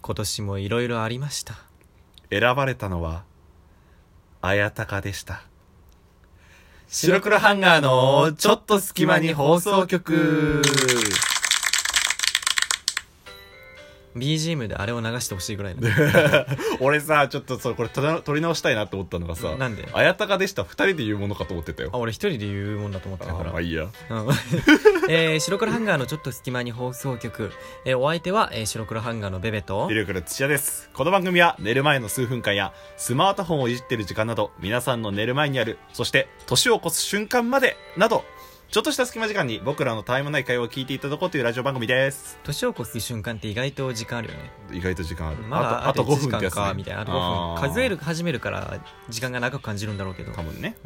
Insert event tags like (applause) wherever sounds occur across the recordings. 今年もいろいろありました選ばれたのは、綾鷹でした。白黒ハンガーのちょっと隙間に放送局 BGM であれを流してほしいぐらいの俺さ、ちょっとそう、これ撮り撮り直したいなって思ったのがさ、なんで綾鷹でした。二人で言うものかと思ってたよあ。俺一人で言うもんだと思ってあたからまあいいや。うん (laughs) えー白黒ハンガーのちょっと隙間に放送局、えーお相手は、えー白黒ハンガーのベベとミルクル土屋です。この番組は寝る前の数分間やスマートフォンをいじってる時間など皆さんの寝る前にある、そして年を越す瞬間までなど、ちょっとした隙間時間に僕らのタイムない会話を聞いていただこうというラジオ番組です。年を越す瞬間って意外と時間あるよね意外と時間ある。まだあとあと1 5分時間ってやつ、ね。かみたいなあと5あー分数える始めるから時間が長く感じるんだろうけど多分ね。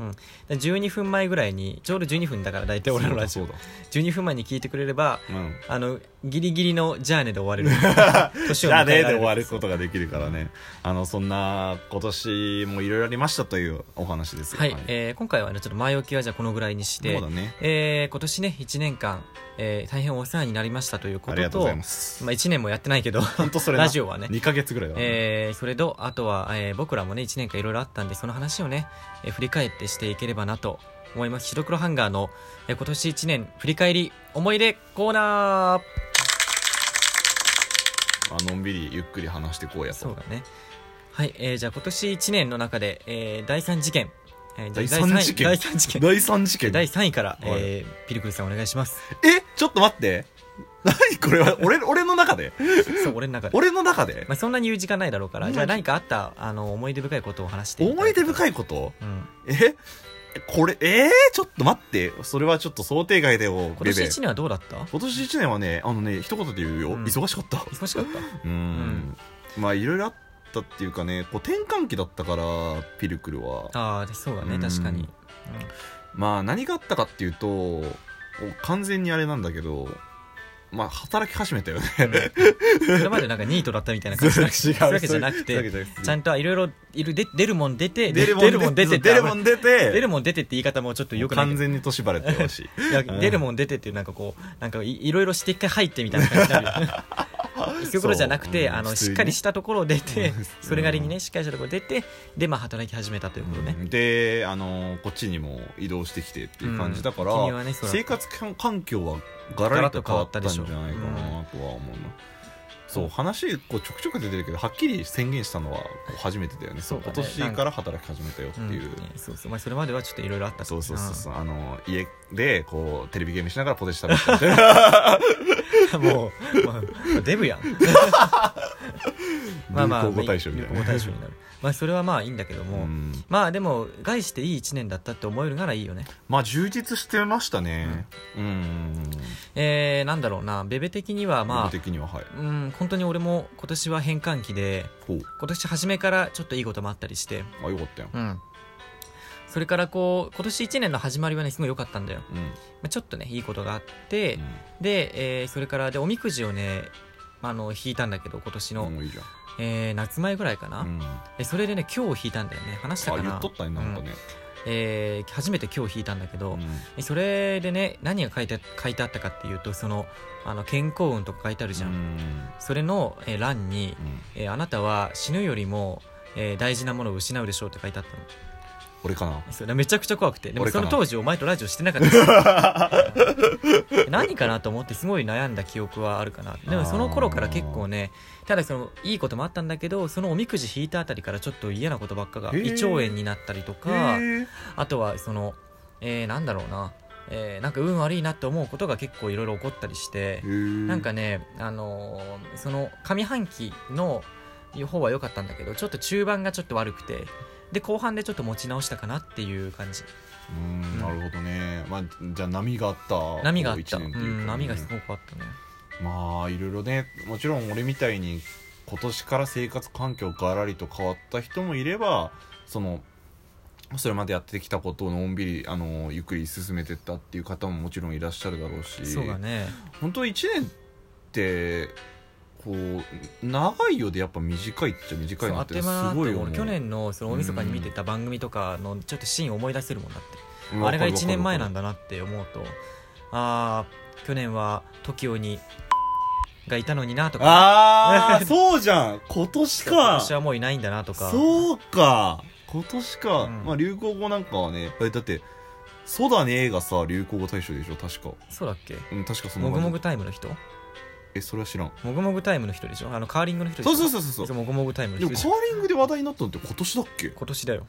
12分前ぐらいにちょうど12分だから大体俺のラジそオうだ12分前に聞いてくれればそうだ。うん。あのギリギリの「じゃあね」で終われ (laughs) る年じゃあねでられ終わることができるからね。あの、そんな今年もいろいろありましたというお話ですよはい、えー今回はねちょっと前置きはじゃあこのぐらいにしてそうだね。えー今年ね1年間、えー大変お世話になりましたというこあととりがとうございます。まあ、1年もやってないけど本当それなラジオはね2ヶ月ぐらいだからね、えーそれとあとは、えー僕らもね1年間いろいろあったんでその話をね、えー振り返ってしていければなと思います白黒ハンガーの、えー今年1年振り返り思い出コーナーまあのんびりゆっくり話してこうやそうとだねはい、えーじゃあ今年1年の中で、えー第3事件、えー第第三3位事件第3事件第3事件第3位から、はいえーピルクルさんお願いしますえちょっと待って何これは俺俺の中でそう俺の中で、俺の中で (laughs) まあ、そんなに言う時間ないだろうからうんじゃあ何かあったあの思い出深いことを話して思い出い、深いことうん、えこれえー、ちょっと待ってそれはちょっと想定外だよ今ベ年ベ1年はどうだった今年1年はねあのね一言で言うよ、うん忙しかった忙しかったうんまあいろいろあったっていうかねこう転換期だったからピルクルは (laughs) ああそうだねうん確かに、まあ何があったかっていうともう完全にあれなんだけどまあ働き始めたよねうん (laughs) それまでなんかニートだったみたいな感じだけど違うそういうわけじゃなくそういうわてけじゃなくてちゃんといろいろいるで出るもん出て出るもん出てって出るもん出て出るもん出てって言い方もちょっとよくないけ完ど全に年ばれてほしいいやうん出るもん出てっていうなんかこうなんかいいろいろして一回入ってみたいな感じに (laughs) なるよねそういうことじゃなくて、そううんあの普通にしねっかりしたところを出て、うんそれなりにねしっかりしたところ出てでまあ働き始めたということね、うんであのこっちにも移動してきてっていう感じだから、うん君はねそうだ生活環境はガラリと変わったんじゃないかなとは思うな、そう話こうちょくちょく出てるけどはっきり宣言したのはこう初めてだよねそうだね今年から働き始めたよってうんいう、ねそうそうまあ、それまではちょっといろいろあったそうそうそうそうう、あの家でこうテレビゲームしながらポテチ食べてたみたいんなもう、まあ、デブ (laughs) やん (laughs) まあまあ流行語大賞みたいな流行語大賞になるまあそれはまあいいんだけども、うんまあでも概していい1年だったって思えるならいいよねまあ充実してましたねうんえー、なんだろうなベベ的にはま僕的にははいあうん本当に俺も今年は変換期でほう今年初めからちょっといいこともあったりしてあよかったよ、うんそれからこう今年1年の始まりはねすごい良かったんだよ、うんまあ、ちょっとねいいことがあって、で、えーそれからでおみくじをねあの引いたんだけど今年うの、ん、もういいじゃんえー夏前ぐらいかな、うん、あえそれでね今日引いたんだよね話したかな言っとったねなんかうんね、えー初めて今日引いたんだけど、えそれでね何が書いて書いてあったかっていうとそのあの健康運とか書いてあるじゃん、うんそれの、えー欄に、うんえーあなたは死ぬよりも、えー大事なものを失うでしょう」って書いてあったの俺かなそれめちゃくちゃ怖くてでも俺そかのな当時お前とラジオしてなかった (laughs) から何かなと思ってすごい悩んだ記憶はあるかなでもその頃から結構ねただそのいいこともあったんだけどそのおみくじ引いたあたりからちょっと嫌なことばっかがへー胃腸炎になったりとかへーあとはその、えーなんだろうな、えーなんか運悪いなって思うことが結構いろいろ起こったりしてへーなんかね、あのーその上半期の方は良かったんだけどちょっと中盤がちょっと悪くてで後半でちょっと持ち直したかなっていう感じうんなるほどねまあじゃあ波があった波があった、こう一年うていうかねん、波がすごくあったねまあいろいろねもちろん俺みたいに今年から生活環境がらりと変わった人もいればそのそれまでやってきたことをのんびりあのゆっくり進めてったっていう方ももちろんいらっしゃるだろうしそうだね本当1年ってこう長いようでやっぱ短いっちゃ短そいうなあっっててすまごいとよ俺去年のその大晦日に見てた番組とかのちょっとシーン思い出せるもんだってあれが1年前なんだだなって思うとああ去年は TOKIO にがいたのになとかあ (laughs) ーそうじゃん今年か今年はもういないんだなとかそうか今年か、うんまあ流行語なんかはねえだって「そうだね」がさ流行語大賞でしょ確かそうだっけうん確かそのもぐもぐタイムの人えそれは知らんもぐもぐタイムの人でしょあのカーリングの人でしそょうそううそうそうそうもぐもぐタイムので人もでカしょーリングで話題になったのって今年だっけ今年だよ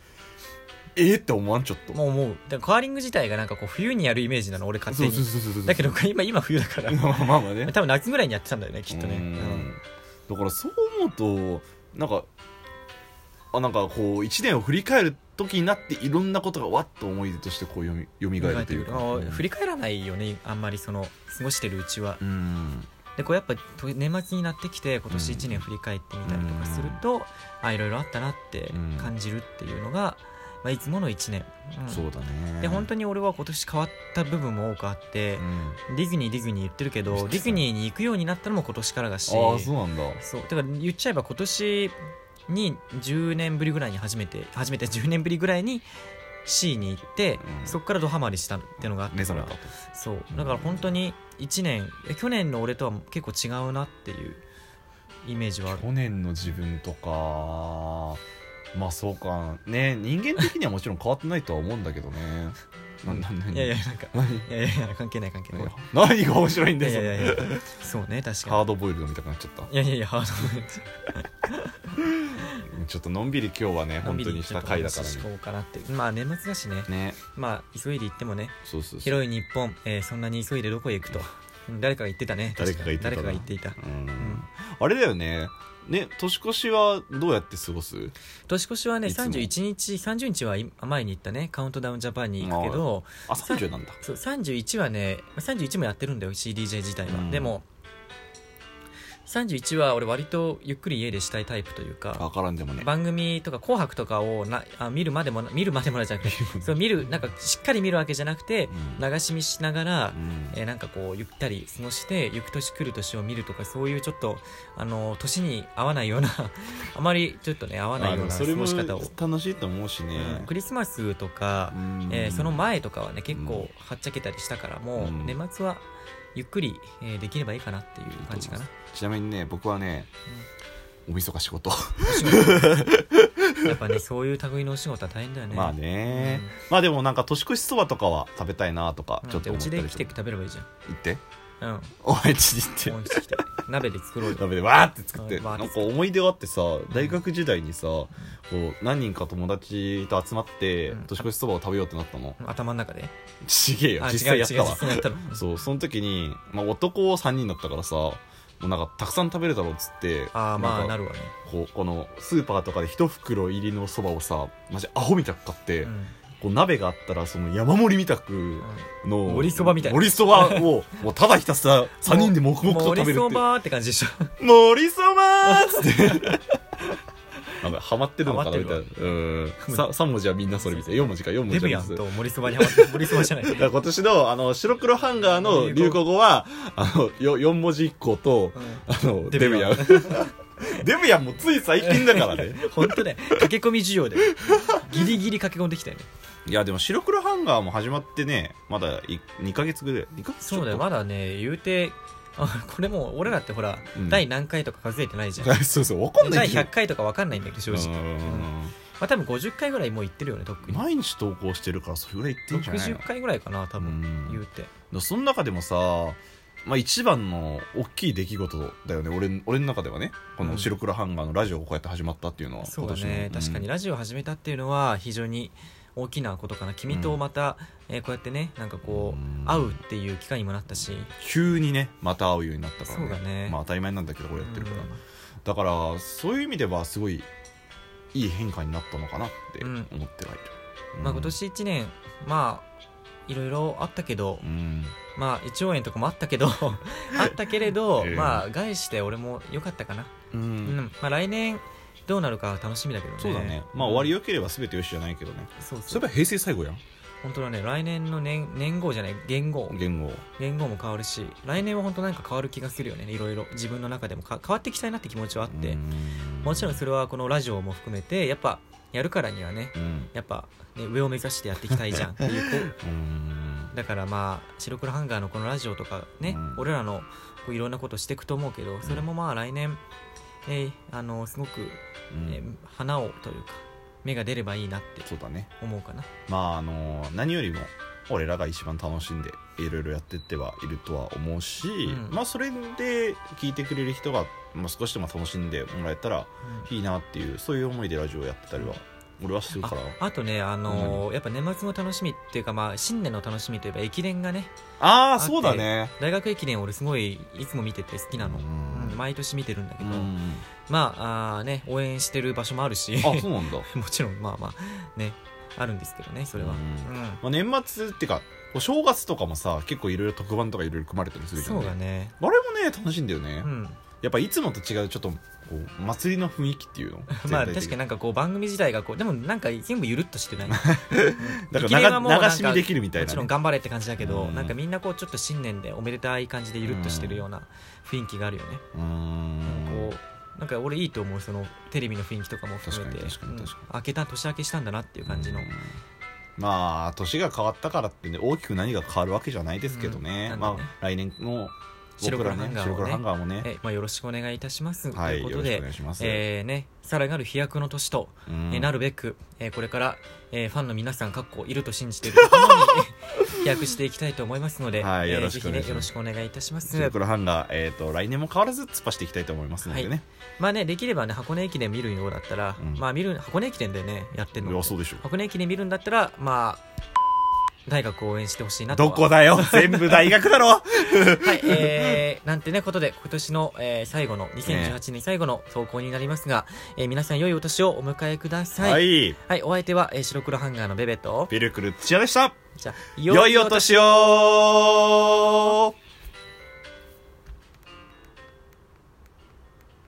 えー、って思わんちょっともう思うだからカーリング自体がなんかこう冬にやるイメージなの俺勝手そうそうにそうそうそうだけど今今冬だからまあ (laughs) まあまあね多分夏ぐらいにやってたんだよねきっとねううんんだからそう思うとなんかあなんかこう1年を振り返る時になっていろんなことがわっと思い出としてこうよみよみがえるというかあの振りり返らないよねあんまりその過ごしてるうちはうんでこうやっぱと年末になってきて今年1年振り返ってみたりとかすると、あいろいろあったなってうん感じるっていうのが、まあ、いつもの1年、うんそうだねで本当にに俺は今年変わった部分も多くあって、ディズニーディズニー言ってるけ言ってどたディズニーに行くようになったのも今年からだしああそうなんだそうだから言っちゃえば今年に10年ぶりぐらいに初めて初めて10年ぶりぐらいに C に行って、うんそこからドハマりしたっていうのがあった目か覚らめたとそうだから本当に1年え去年の俺とは結構違うなっていうイメージはある去年の自分とかまあそうかね人間的にはもちろん変わってないとは思うんだ (laughs) けどねななないやいやなんか何いやいやいや関係ない関 (laughs) 係ない何 (laughs) 何が面白いんいだやよいそれやいやそうね確ハかードボイルドみたくなっちゃったにいやいやいやハードちょっとのんびり今日はねのん本び当りにした回だからちょっと話ねしようかなってまあ年末だしねねまあ急いで行ってもねそうそうそう広い日本、えーそんなに急いでどこへ行くとうん誰かが言ってたね誰かが言ってたな確に誰かが言っていたうんあれだよねね年越しはどうやって過ごす年越しはねいつも31日30日は今前に行ったねカウントダウンジャパンに行くけどあ30なんだそう31はね31もやってるんだよ CDJ 自体は、うんでも31は俺割とゆっくり家でしたいタイプというか分からんでもね番組とか「紅白」とかをなあ見るまでもな見るまでもないじ (laughs) ゃなくてそう見るなんかしっかり見るわけじゃなくてうん流し見しながら、うんえーなんかこうゆったり過ごしてゆく年来る年を見るとかそういうちょっとあの年に合わないよう (laughs) なあまりちょっとね合わなあいでようなもそ過れもごし方を、楽しいと思うしうんねクリスマスとか、うんえーその前とかはね結う構んはっちゃけたりしたからもううん年末はゆっくり、えーできればいいかなっていう感じかなちなみにね僕はねおみそか仕事やっぱねそういう類のお仕事は大変だよね (laughs) まあねまあでもなんか年越しそばとかは食べたいなとかうんちょっとう思っちたでり来してて食べればいいじゃ行ってんうんお前ちに行ってもう (laughs) 来て鍋で作ろうよ食べてわーって作ってうんわなーってんか思い出があってさ大学時代にさこう何人か友達と集まってうん年越しそばを食べようってなったの頭の中でちげえよ実際やった違う違うわ実際 (laughs) やったのそうその時に、まあ、男3人だったからさもうなんかたくさん食べるだろうっつってああまあんかなるわねこうこのスーパーとかで一袋入りのそばをさマジアホみたく買って、うんこう鍋があったらその山盛りみたくの盛りそばみたいな盛りそばをもうただひたすら3人で黙々と食べ盛るってりいうそばーって感じでし (laughs) ょ盛りそばーっつって。 (laughs) なんかハマってるのかハなマっみてたいるな。うん。さ三文字はみんなそれみたいな。4文字か、4文デ字ブはみんやなんそれ。と盛りそばにハマって盛りそばじゃない (laughs) だから今年のあの白黒ハンガーの流行語は、あの、よ4文字1個と、うあの、デデブブヤヤンン。 (laughs) デブヤンもつい最近だからね。ん本当ね駆け込み需要でギリギリ駆け込んできたよね (laughs) いや、でも白黒ハンガーも始まってね、まだ2ヶ月ぐらい。2ヶ月そうだよまだね言うてあこれもう俺らってほら、うん第何回とか数えてないじゃん (laughs) そうそう、わかんな第いけど100回とか分かんないんだけど正直、うまんあ、多分50回ぐらいもう行ってるよねとっくに毎日投稿してるから、それぐらい言ってんじゃないの60回ぐらいかな多分うん言うてだその中でもさ、まあ、一番の大きい出来事だよね俺俺の中ではねこうのん白黒ハンガーのラジオがこうやって始まったっていうのはそうだね今年の確かにうんラジオ始めたっていうのは非常に大きなことかな君とまた、えーこうやってねなんかこうんう会うっていう機会にもなったし急にねまた会うようになったからそうだねまあ、当たり前なんだけど俺やってるから、うんだからそういう意味ではすごいいい変化になったのかなってう思んってはいる、うんまあ、今年1年まあいろいろあったけどうんまあ1兆円とかもあったけど (laughs) あったけれど、 (laughs) ええまあ外して俺も良かったかな、うんうんまあ、来年どうなるかは楽しみだけどねそうだねまあ終わりよければ全てよしじゃないけどねそうそそういえば平成最後やん本当だね来年の年年号じゃない元号言語元号も変わるし来年は本当なんか変わる気がするよねいろいろ自分の中でもか変わっていきたいなって気持ちはあって、もちろんそれはこのラジオも含めてやっぱやるからにはねろんうんやっぱ、ね、上を目指してやっていきたいじゃんっていうこううんだからまあ白黒ハンガーのこのラジオとかね、うん俺らのこういろんなことしていくと思うけどそれもまあ来年、えーあのすごく、うんえー花をというか芽が出ればいいなってそうだね思うかなまああの何よりも俺らが一番楽しんでいろいろやってってはいるとは思うし、うんまあそれで聞いてくれる人が、まあ、少しでも楽しんでもらえたらいいなっていうそういう思いでラジオやってたりは俺はするあからあとね、あのーやっぱ年末の楽しみっていうか、まあ、新年の楽しみといえば駅伝がねあああってそうだね大学駅伝俺すごいいつも見てて好きなの、うんうん毎年見てるんだけうど、んまああーね応援してる場所もあるしあそうなんだ (laughs) もちろんまあまあねあるんですけどねそれは、ううんんまあ年末っていうかお正月とかもさ結構いろいろ特番とかいろいろ組まれたりするじゃんそうだねあれもね楽しいんだよね、うん、やっぱいつもと違うちょっとこう祭りの雰囲気っていうの (laughs) まあ全体的確かになんかこう番組自体がこうでもなんか全部ゆるっとしてない (laughs) もだか駅伝らはもう流なんか流し見できるみたいなちね、ろん頑張れって感じだけど、うんなんかみんなこうちょっと新年でおめでたい感じでゆるっとしてるような雰囲気があるよね、うーんこうなんか俺いいと思うそのテレビの雰囲気とかも含めて確かに確かにうん確かに明けた年明けしたんだなっていう感じの、うんまあ年が変わったからってね大きく何が変わるわけじゃないですけどね,、うんなんまでねあ来年も白黒ハンガーをね僕らね白黒ハンガーもねえまあ、よろしくお願いいたします、はいとよいうころとしくおで願いします、えーね、さらなる飛躍の年と、うんえーなるべく、えーこれから、えーファンの皆さんかっこいると信じているとともに (laughs) 飛躍していきたいと思いますので、はいえーよろしくお願ぜひいしますねよろしくお願いいたします白黒ハンガー、えー、と来年も変わらず突っ走っていきたいと思いますのでね、まあねできればね箱根駅伝見るようだったら、うんまあ見る箱根駅伝でねやってるい、のやそうでしょ箱根駅伝見るんだったらまあ大学を応援してほしいなとはどこだ (laughs) よ全部大学だろはい、えー、なんてね、ことで、今年の、えー最後の、2018年最後の投稿になりますが、えー皆さん良いお年をお迎えください。ははい、いお相手は、えー白黒ハンガーのベベと、ビルクル土屋でしたじゃあ良いお年を